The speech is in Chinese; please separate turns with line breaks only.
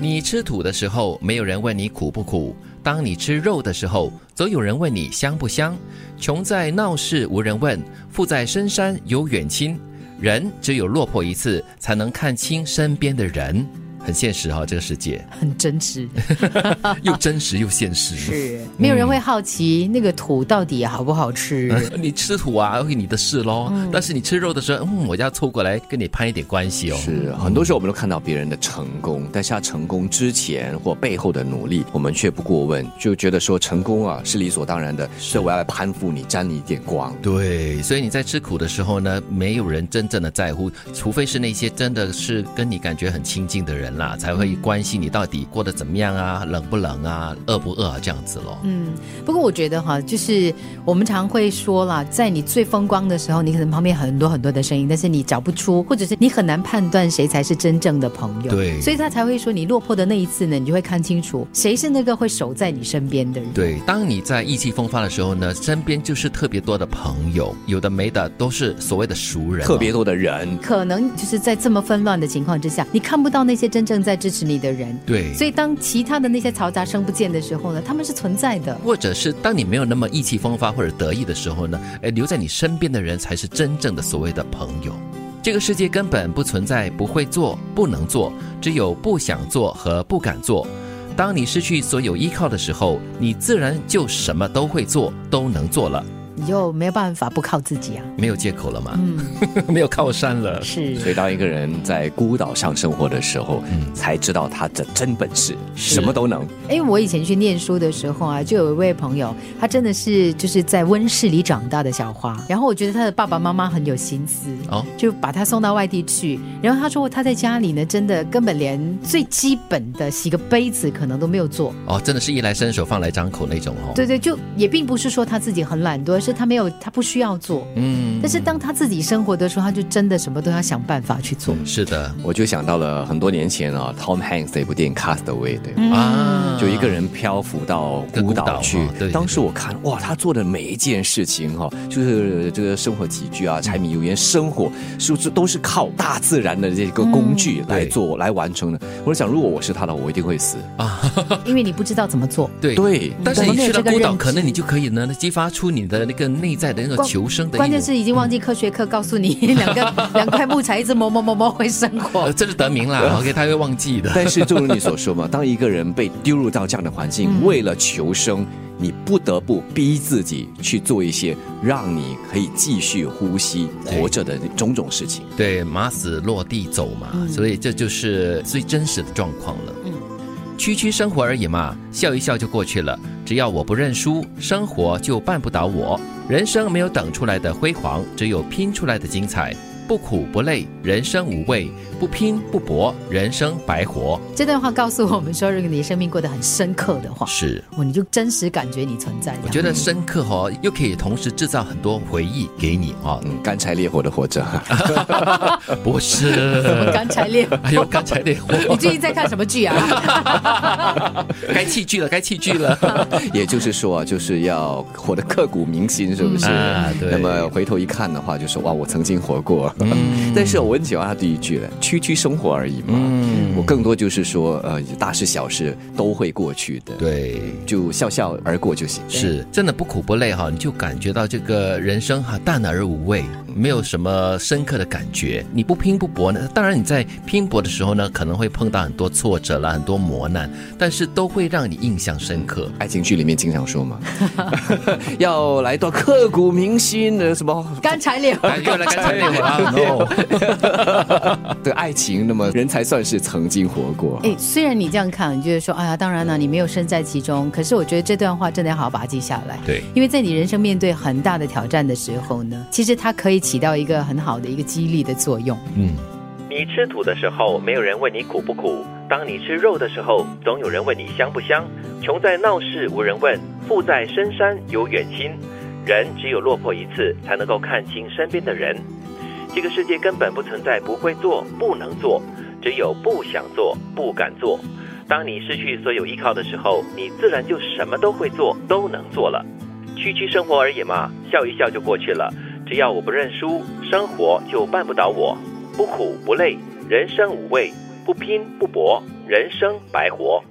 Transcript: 你吃土的时候，没有人问你苦不苦；当你吃肉的时候，则有人问你香不香。穷在闹市无人问，富在深山有远亲。人只有落魄一次，才能看清身边的人。很现实啊哈、这个世界
很真实，
又真实又现实。
是 没有人会好奇那个土到底好不好吃。
你吃土啊，会你的事喽。但是你吃肉的时候，嗯，我要凑过来跟你攀一点关系哦。
是，很多时候我们都看到别人的成功，但是他成功之前或背后的努力，我们却不过问，就觉得说成功啊是理所当然的，所以我要来攀附你，沾你一点光。
对，所以你在吃苦的时候呢，没有人真正的在乎，除非是那些真的是跟你感觉很亲近的人啦，才会关心你到底过得怎么样啊，冷不冷啊，饿不饿啊，这样子咯。
嗯， 不过我觉得哈，就是我们常会说啦，在你最风光的时候，你可能旁边很多很多的声音，但是你找不出，或者是你很难判断谁才是真正的朋友。
对
所以他才会说，你落魄的那一次呢，你就会看清楚谁是那个会守在你身边的人。
对，当你在意气风发的时候呢，身边就是特别多的朋友，有的没的都是所谓的熟人、
特别。多的人，
可能就是在这么纷乱的情况之下，你看不到那些真正在支持你的人。
对，
所以当其他的那些嘈杂声不见的时候呢，他们是存在的。
或者是当你没有那么意气风发或者得意的时候呢，哎，留在你身边的人才是真正的所谓的朋友。这个世界根本不存在不会做、不能做，只有不想做和不敢做。当你失去所有依靠的时候，你自然就什么都会做，都能做了，
你就没有办法不靠自己啊。
没有借口了嘛，
嗯，
没有靠山了。
是。
所以当一个人在孤岛上生活的时候，才知道他的真本事，什么都能。
因为哎我以前去念书的时候啊，就有一位朋友，他真的是就是在温室里长大的小花。然后我觉得他的爸爸妈妈很有心思，
哦
就把他送到外地去。然后他说他在家里呢，真的根本连最基本的洗个杯子可能都没有做。
哦，真的是衣来伸手、饭来张口那种哦。
对对，就也并不是说他自己很懒惰，而是他没有他不需要做。
嗯，
但是当他自己生活的时候，他就真的什么都要想办法去做。
是的
我就想到了很多年前啊，Tom Hanks 的一部电影《Castaway》，对吧？
嗯
啊，
就一个人漂浮到孤岛去
孤岛哦。对
当时我看哇，他做的每一件事情哈、就是这个生活起居
嗯
啊、柴米油盐、生活，是不是都是靠大自然的这个工
嗯
具来做、来完成的？我就想，如果我是他的话，我一定会死。
啊，
因为你不知道怎么做。
对
对
但是
我
你
们有
去了
这个
孤岛，
认知
可能你就可以呢激发出你的那个内在的那个
关
求生的意嗯
关键
志
是已经忘记科学课告诉你 两个两块木材一直磨磨磨磨会生火
呃，。 这是得名 啦，OK，他会忘记的。
但是正如你所说嘛， 当一个人被丢入到这样的环
嗯
境，为了求生，你不得不逼自己去做一些让你可以继续呼吸、
对
活着的种种事情。
对，马死落地走嘛，
嗯
所以这就是最真实的状况了。嗯，区区生活而已嘛，笑一笑就过去了。只要我不认输，生活就绊不倒我。人生没有等出来的辉煌，只有拼出来的精彩。不苦不累，人生无味；不拼不搏，人生白活。
这段话告诉我们说，如果你生命过得很深刻的话，
是。
我你就真实感觉你存在。
我觉得深刻哦，又可以同时制造很多回忆给你 哦。
嗯，干柴烈火的活着。
不
我
是，
干柴烈火，
哎呦，刚才那
你
我
最近在看什么剧啊？
该弃剧了，该弃剧 了。
也就是说啊，就是要活得刻骨铭心，是不是？
嗯啊对
那么回头一看的话，就说哇，我曾经活过。
嗯
但是我很喜欢他第一句了，区区生活而已嘛。
嗯
我更多就是说，呃，大事小事都会过去的，，
对，
就笑笑而过就行。
是真的不苦不累哈、你就感觉到这个人生哈、淡而无味，没有什么深刻的感觉。你不拼不搏呢，当然你在拼搏的时候呢，可能会碰到很多挫折啦，很多磨难，但是都会让你印象深刻。
爱情剧里面经常说嘛， 要来到刻骨铭心的什么
干柴烈 火
哎，又来干柴烈火了，no，
对爱情，那么人才算是曾经活过。
哎，虽然你这样看，你就是说，哎呀，当然了，你没有身在其中，可是我觉得这段话真的要好好把它记下来。
对
因为在你人生面对很大的挑战的时候呢，其实它可以起到一个很好的一个激励的作用。
嗯。
你吃土的时候，没有人问你苦不苦；当你吃肉的时候，总有人问你香不香。穷在闹市无人问，富在深山有远亲。人只有落魄一次，才能够看清身边的人。这个世界根本不存在不会做、不能做，只有不想做、不敢做。当你失去所有依靠的时候，你自然就什么都会做，都能做了。区区生活而已嘛，笑一笑就过去了。只要我不认输，生活就绊不倒我。不苦不累，人生无味；不拼不搏，
人生白活。